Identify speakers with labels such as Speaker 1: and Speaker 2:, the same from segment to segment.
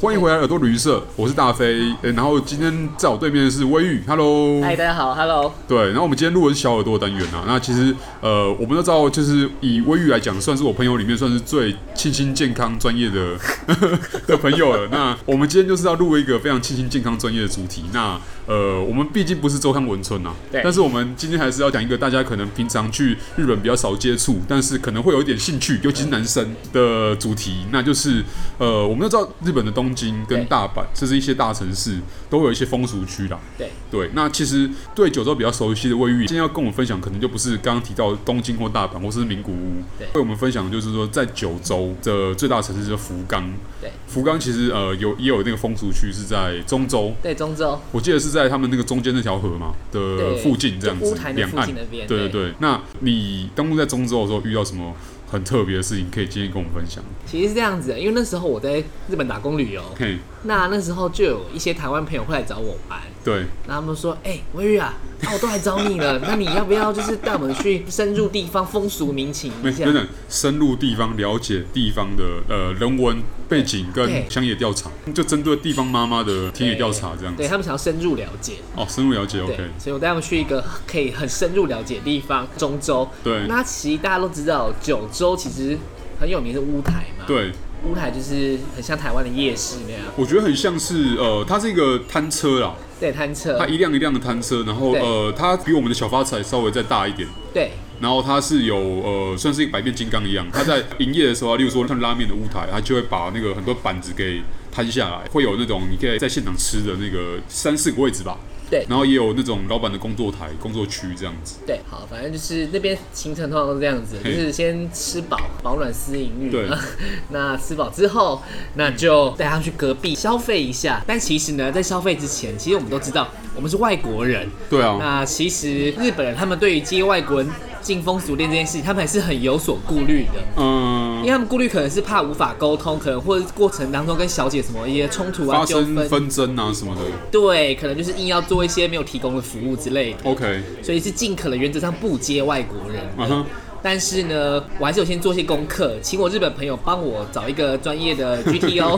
Speaker 1: 欢迎回来，耳朵旅社，我是大飞。诶然后今天在我对面的是微雨，Hello。
Speaker 2: 嗨，大家好，Hello。
Speaker 1: 对，然后我们今天录的是小耳朵的单元啊。那其实呃，我们都知道，就是以微玉来讲，算是我朋友里面算是最清新、健康、专业的 的朋友了。那我们今天就是要录一个非常清新、健康、专业的主题。那呃，我们毕竟不是周刊文春啊，
Speaker 2: 对
Speaker 1: 但是我们今天还是要讲一个大家可能平常去日本比较少接触，但是可能会有一点兴趣，尤其是男生的主题，那就是呃，我们都知道日本的东京跟
Speaker 2: 对
Speaker 1: 大阪，这是一些大城市都会有一些风俗区啦。
Speaker 2: 对，
Speaker 1: 对，那其实对九州比较熟悉的卫浴，今天要跟我们分享，可能就不是刚刚提到东京或大阪或是名古屋，
Speaker 2: 对
Speaker 1: 为我们分享的就是说，在九州的最大城市就是福冈，
Speaker 2: 对，
Speaker 1: 福冈其实呃有也有那个风俗区是在中州，
Speaker 2: 对，中州，
Speaker 1: 我记得是在他们那个中间那条河嘛的
Speaker 2: 对
Speaker 1: 附近这样
Speaker 2: 就乌
Speaker 1: 子
Speaker 2: 台，的
Speaker 1: 两
Speaker 2: 附
Speaker 1: 岸
Speaker 2: 近那，边
Speaker 1: 对对
Speaker 2: 对
Speaker 1: 对。那你当初在中州的时候遇到什么很特别的事情，可以今天跟我们分享？
Speaker 2: 其实是这样子的，因为那时候我在日本打工旅游，
Speaker 1: 嘿，
Speaker 2: 那那时候就有一些台湾朋友会来找我玩，
Speaker 1: 对，
Speaker 2: 然后他们说，哎、微玉啊，啊，我都来找你了，那你要不要就是带我们去深入地方风俗民情
Speaker 1: 没
Speaker 2: 一下
Speaker 1: 等？等，深入地方了解地方的呃人文背景跟
Speaker 2: 对
Speaker 1: 乡野调查，就针对地方妈妈的田野调查这样
Speaker 2: 对
Speaker 1: 子。
Speaker 2: 他们想要深入了解，
Speaker 1: 哦，深入了解
Speaker 2: 对
Speaker 1: ，OK，
Speaker 2: 所以我带他们去一个可以很深入了解的地方，中州。
Speaker 1: 对
Speaker 2: 那其实大家都知道，九州其实很有名是乌台嘛，，
Speaker 1: 对，
Speaker 2: 乌台就是很像台湾的夜市那样，
Speaker 1: 我觉得很像是呃，它是一个摊车啦，
Speaker 2: 对，摊车
Speaker 1: 它，一辆一辆的摊车，然后
Speaker 2: 对
Speaker 1: 呃，它比我们的小发财稍微再大一点，
Speaker 2: 对。
Speaker 1: 然后它是有呃，算是一个百变金刚一样，它在营业的时候啊，例如说像拉面的舞台，它就会把那个很多板子给摊下来，会有那种你可以在现场吃的那个三四个位置吧，
Speaker 2: 对
Speaker 1: 然后也有那种老板的工作台、工作区这样子。
Speaker 2: 对，好，反正就是那边行程通常都是这样子，就
Speaker 1: 嘿
Speaker 2: 是先吃饱，保暖思淫欲。
Speaker 1: 对
Speaker 2: 那吃饱之后，那就带他去隔壁消费一下。但其实呢，在消费之前，其实我们都知道，我们是外国人。
Speaker 1: 对啊，
Speaker 2: 那其实日本人他们对于接外国人进风俗店这件事情，他们还是很有所顾虑的。因
Speaker 1: 嗯、
Speaker 2: 为他们顾虑可能是怕无法沟通，可能或者过程当中跟小姐什么一些冲突啊、
Speaker 1: 发
Speaker 2: 纠
Speaker 1: 生
Speaker 2: 纷，
Speaker 1: 纷争啊什么的。
Speaker 2: 对，可能就是硬要做一些没有提供的服务之类的。
Speaker 1: OK，
Speaker 2: 所以是尽可能原则上不接外国人的
Speaker 1: 嗯哼
Speaker 2: 但是呢，我还是有先做一些功课，请我日本朋友帮我找一个专 业的 GTO，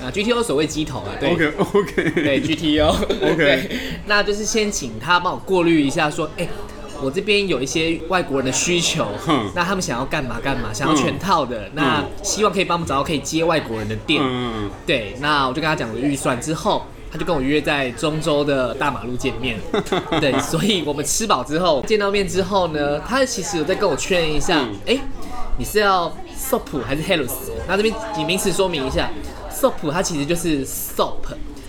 Speaker 2: 啊，GTO 所谓鸡头啊，对
Speaker 1: OK OK，
Speaker 2: 对 GTO，
Speaker 1: OK
Speaker 2: 对那就是先请他帮我过滤一下，说，哎、我这边有一些外国人的需求
Speaker 1: 哼，嗯
Speaker 2: 那他们想要干嘛干嘛，想要全套的，那希望可以帮我们找到可以接外国人的店。
Speaker 1: 嗯，
Speaker 2: 对，那我就跟他讲我的预算之后，他就跟我约在中州的大马路见 面。对，所以我们吃饱之后见到面之后呢，他其实有在跟我确认一下
Speaker 1: 嗯，
Speaker 2: 哎、你是要 soap 还是 helos？那这边以名词说明一下，soap 它其实就是 soap，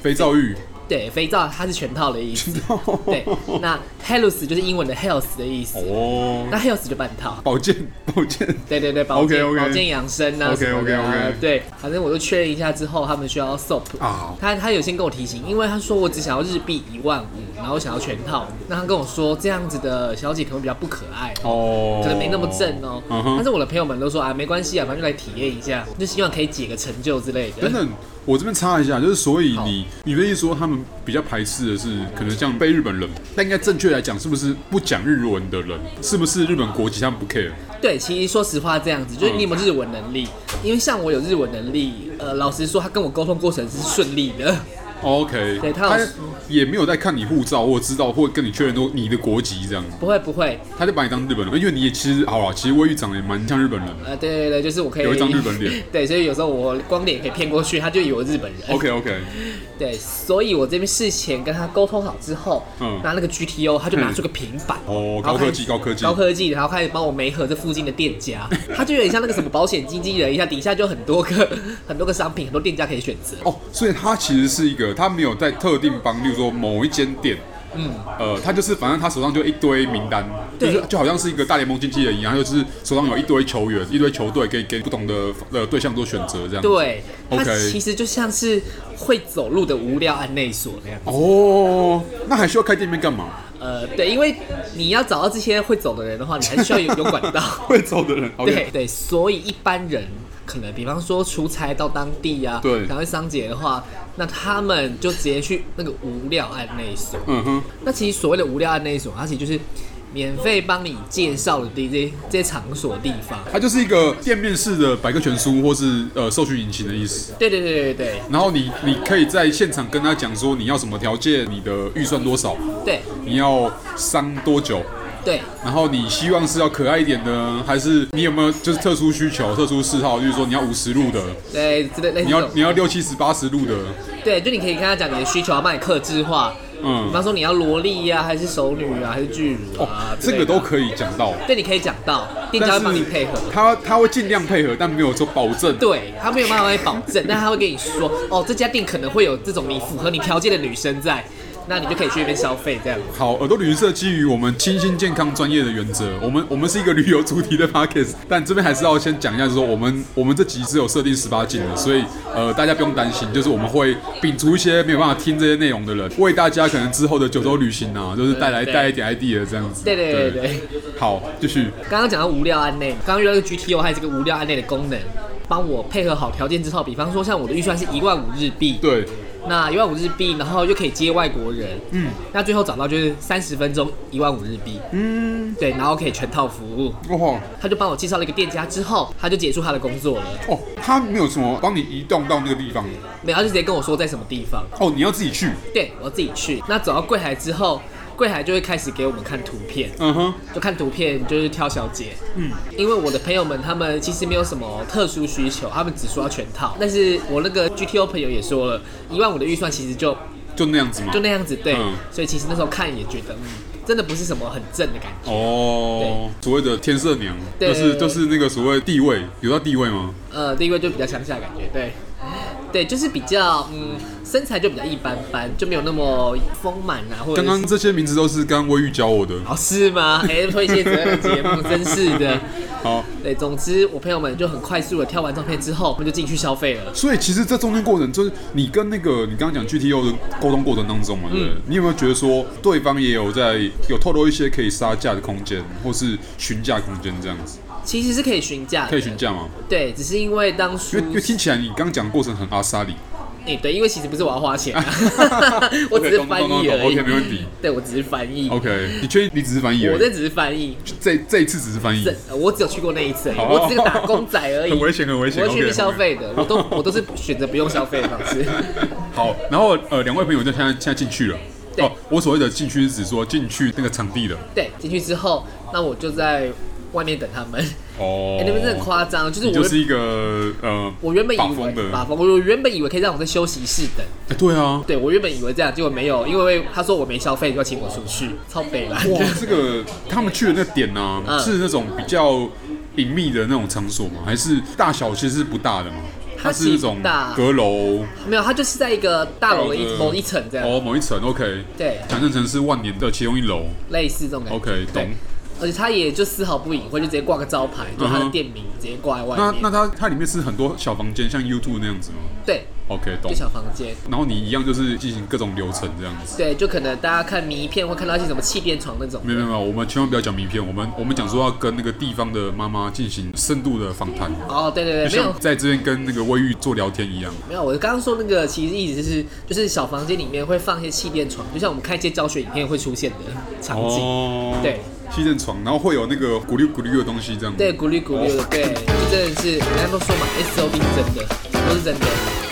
Speaker 1: 肥皂浴，
Speaker 2: 对，肥皂它是全套的意思。对，那 helos 就是英文的 health 的意思，
Speaker 1: 哦，
Speaker 2: 那 health 就半套。
Speaker 1: 保健保健，
Speaker 2: 对对对，保健
Speaker 1: OK，OK
Speaker 2: 保健养生啊
Speaker 1: OK，OK，OK
Speaker 2: 什么的啊对，反正我就确认一下之后，他们需要 soap
Speaker 1: 啊
Speaker 2: 他他有先跟我提醒，因为他说我只想要日币一万五，然后想要全套，那他跟我说这样子的小姐可能比较不可爱。
Speaker 1: 哦，
Speaker 2: 可能没那么正哦、
Speaker 1: 嗯
Speaker 2: 但
Speaker 1: 哼，
Speaker 2: 是我的朋友们都说啊，没关系啊，反正就来体验一下，就希望可以解个成就之类
Speaker 1: 等
Speaker 2: 的。
Speaker 1: 等。我这边插一下，就是所以
Speaker 2: 好
Speaker 1: 你你的意思说他们比较排斥的是可能像非日本人，但应该正确来讲，是不是不讲日文的人，是不是日本国籍他们不 care？
Speaker 2: 对，其实说实话这样子，
Speaker 1: 嗯
Speaker 2: 就是你有没有日文能力？因为像我有日文能力，呃，老实说，他跟我沟通过程是顺利的。
Speaker 1: OK，
Speaker 2: 对他有说
Speaker 1: 也没有在看你护照或知道或跟你确认说你的国籍这样，
Speaker 2: 不会不会，
Speaker 1: 他就把你当日本人，因为你也其实好了，其实微玉长得也蛮像日本人的。
Speaker 2: 呃，对对对，就是我可以
Speaker 1: 有一张日本脸， 哦
Speaker 2: 对，所以有时候我光脸也可以骗过去，他就以为我日本人。
Speaker 1: OK OK，
Speaker 2: 对，所以我这边事前跟他沟通好之后，
Speaker 1: 嗯
Speaker 2: 拿那个 GTO，他就拿出个平板，
Speaker 1: 哦
Speaker 2: 然后
Speaker 1: 高
Speaker 2: 开始
Speaker 1: 科技高科技
Speaker 2: 高科技，然后开始帮我媒合这附近的 店家，他就有点像那个什么保险经纪人一样，底下就很多个 很多个商品，很多店家可以选择。
Speaker 1: 哦，所以他其实是一个，他没有在特定帮，例如说某一间店，嗯，呃，他就是反正他手上就一堆名单，就
Speaker 2: 对
Speaker 1: 是就好像是一个大联盟经纪人一样，他就是手上有一堆球员、一堆球队，给给不同的呃对象做选择这样。，
Speaker 2: 对，他
Speaker 1: OK
Speaker 2: 其实就像是会走路的无聊案内所那样。
Speaker 1: 哦，那还需要开店面干嘛？
Speaker 2: 呃，对，因为你要找到这些会走的人的话，你还是需要有有管道。
Speaker 1: 会走的人，OK，
Speaker 2: 对对，所以一般人可能，比方说出差到当地啊，
Speaker 1: 对
Speaker 2: 然后商姐的话，那他们就直接去那个无料案内所。
Speaker 1: 嗯哼，
Speaker 2: 那其实所谓的无料案内所，它其实就是免费帮你介绍的这些这些场所地方。
Speaker 1: 它就是一个店面式的百科全书或是呃搜寻引擎的意思。
Speaker 2: 对对对对对
Speaker 1: 然后你你可以在现场跟他讲说你要什么条件，你的预算多少，
Speaker 2: 对
Speaker 1: 你要伤多久，
Speaker 2: 对，
Speaker 1: 然后你希望是要可爱一点的呢，还是你有没有就是特殊需求、特殊嗜好，就是说你要五十路的，
Speaker 2: 对，之类类似
Speaker 1: 你
Speaker 2: 这
Speaker 1: 要你
Speaker 2: 种，
Speaker 1: 要六七十、八十路的，
Speaker 2: 对，就你可以跟他讲你的需求，要帮你克制化。比
Speaker 1: 嗯，
Speaker 2: 方说你要萝莉呀、还是熟女啊，还是巨乳啊，
Speaker 1: 哦，这个都可以讲到，
Speaker 2: 以。对，你可以讲到，店家
Speaker 1: 但
Speaker 2: 会帮你
Speaker 1: 是
Speaker 2: 配合。
Speaker 1: 他他会尽量配合，但没有说保证。
Speaker 2: 对他没有办法帮你保证，但他会跟你说，哦，这家店可能会有这种你符合你条件的女生在，那你就可以去那边消费这样。
Speaker 1: 好，耳朵旅行社基于我们清新健康专业的原则，我们我们是一个旅游主题的 podcast，但这边还是要先讲一下，就是说我们我们这集是有设定十八禁的，所以呃大家不用担心，就是我们会摒除一些没有办法听这些内容的人，为大家可能之后的九州旅行啊，就是带来
Speaker 2: 对
Speaker 1: 带一点 idea 这样子。
Speaker 2: 对对对对对，
Speaker 1: 好，继续。
Speaker 2: 刚刚讲到无料案内，刚刚遇到一个 GTO 还有这个无料案内的功能，帮我配合好条件之后，比方说像我的预算是一万五日币，
Speaker 1: 对，
Speaker 2: 那一万五日币，然后又可以接外国人，
Speaker 1: 嗯，
Speaker 2: 那最后找到就是三十分钟一万五日币，
Speaker 1: 嗯，
Speaker 2: 对，然后可以全套服务。
Speaker 1: 哇
Speaker 2: 他就帮我介绍了一个店家之后，他就结束他的工作了，
Speaker 1: 哦，他没有什么帮你移动到那个地方
Speaker 2: 没有，他就直接跟我说在什么地方。
Speaker 1: 哦，你要自己去。
Speaker 2: 对我自己去。那走到柜台之后，柜台就会开始给我们看图片，
Speaker 1: 嗯哼，
Speaker 2: 就看图片就是挑小姐。
Speaker 1: 嗯，
Speaker 2: 因为我的朋友们他们其实没有什么特殊需求，他们只说要全套。但是我那个 GTO 朋友也说了，一万五的预算其实就
Speaker 1: 就那样子嘛
Speaker 2: 就。那样子，对。
Speaker 1: 嗯
Speaker 2: 所以其实那时候看也觉得，嗯，真的不是什么很正的感觉。
Speaker 1: 哦，所谓的天色娘，
Speaker 2: 对
Speaker 1: 就是
Speaker 2: 对对
Speaker 1: 就是那个所谓地位，有到地位吗？
Speaker 2: 呃，第一位就比较乡下的感觉，对。对，就是比较，嗯，身材就比较一般般，就没有那么丰满啊，或者
Speaker 1: 刚
Speaker 2: 是
Speaker 1: 刚这些名字都是刚刚微玉教我的。
Speaker 2: 哦是吗？哎、推卸责任节目，真是的。
Speaker 1: 好，
Speaker 2: 对，总之我朋友们就很快速的挑完照片之后，我们就进去消费了。
Speaker 1: 所以其实这中间过程就是你跟那个你刚刚讲 GTO 的沟通过程当中嘛，对不对？
Speaker 2: 嗯
Speaker 1: 你有没有觉得说对方也有在有透露一些可以杀价的空间，或是询价空间这样子？
Speaker 2: 其实是可以询价的，
Speaker 1: 可以询价吗？
Speaker 2: 对，只是因为当
Speaker 1: 因
Speaker 2: 初
Speaker 1: 为因为听起来你刚刚讲的过程很阿莎里，
Speaker 2: 哎、对，因为其实不是我要花钱、 啊，我只
Speaker 1: OK，
Speaker 2: 是
Speaker 1: 懂
Speaker 2: 翻
Speaker 1: 懂
Speaker 2: 译
Speaker 1: 懂
Speaker 2: 而已。
Speaker 1: OK，没问题。
Speaker 2: 对，我只是翻译。
Speaker 1: OK，你确定你只是翻译而
Speaker 2: 我这
Speaker 1: 已？
Speaker 2: 只是翻译，
Speaker 1: 这这一次只是翻译
Speaker 2: 这，呃我只有去过那一次而已，
Speaker 1: 好
Speaker 2: 我只是个打工仔而 已，
Speaker 1: 很危险很危险
Speaker 2: 我会去那边
Speaker 1: OK，
Speaker 2: 消费的，我都我都是选择不用消费的方式。
Speaker 1: 好，然后呃，两位朋友就现在现在进去了。
Speaker 2: 对
Speaker 1: 哦，我所谓的进去是指说进去那个场地的。
Speaker 2: 对，进去之后，那我就在外面等他们。
Speaker 1: 哦
Speaker 2: 哎、那边真的很夸张，就是
Speaker 1: 你
Speaker 2: 我
Speaker 1: 就是一个呃，
Speaker 2: 我原本以
Speaker 1: 把风
Speaker 2: 为
Speaker 1: 的。
Speaker 2: 把风，我原本以为可以让我在休息室等，
Speaker 1: 哎对 啊，
Speaker 2: 对我原本以为这样，结果没有，因为他说我没消费，就要请我出去，超北蓝
Speaker 1: 哇
Speaker 2: 的。，
Speaker 1: 这个他们去的那个点呢、
Speaker 2: 嗯
Speaker 1: 是那种比较隐秘的那种场所吗？还是大小其实是不大的吗？
Speaker 2: 它
Speaker 1: 是那种
Speaker 2: 其实不大
Speaker 1: 阁楼
Speaker 2: 没有，他就是在一个大楼的一
Speaker 1: 大楼的
Speaker 2: 某一层这样，
Speaker 1: 哦，某一层 OK，
Speaker 2: 对，
Speaker 1: 想象成是万年的其中一楼
Speaker 2: 类似这种感觉。
Speaker 1: OK，
Speaker 2: 对
Speaker 1: 懂。
Speaker 2: 而且他也就丝毫不隐晦，就直接挂个招牌，就他的店名直接挂在外
Speaker 1: 嗯那
Speaker 2: 面。
Speaker 1: 那它它里面是很多小房间，像 YouTube 那样子吗
Speaker 2: 对，
Speaker 1: ？OK，懂
Speaker 2: 就。小房间。
Speaker 1: 然后你一样就是进行各种流程这样子。
Speaker 2: 对，就可能大家看迷片会看到一些什么气垫床那种。
Speaker 1: 没有没有没有，我们千万不要讲名片，我们我们讲说要跟那个地方的妈妈进行深度的访谈，
Speaker 2: 哦，对对
Speaker 1: 就
Speaker 2: 对，没有
Speaker 1: 像在这边跟那个卫浴做聊天一样。
Speaker 2: 没有，我刚刚说那个其实意思是，就是小房间里面会放一些气垫床，就像我们看一些教学影片会出现的场景。
Speaker 1: 哦
Speaker 2: 对，
Speaker 1: 气垫床，然后会有那个咕溜咕溜的东西这样子。
Speaker 2: 对，，咕噜咕噜的，对，这真的是人家都说嘛，S O B 是真的，都是真的。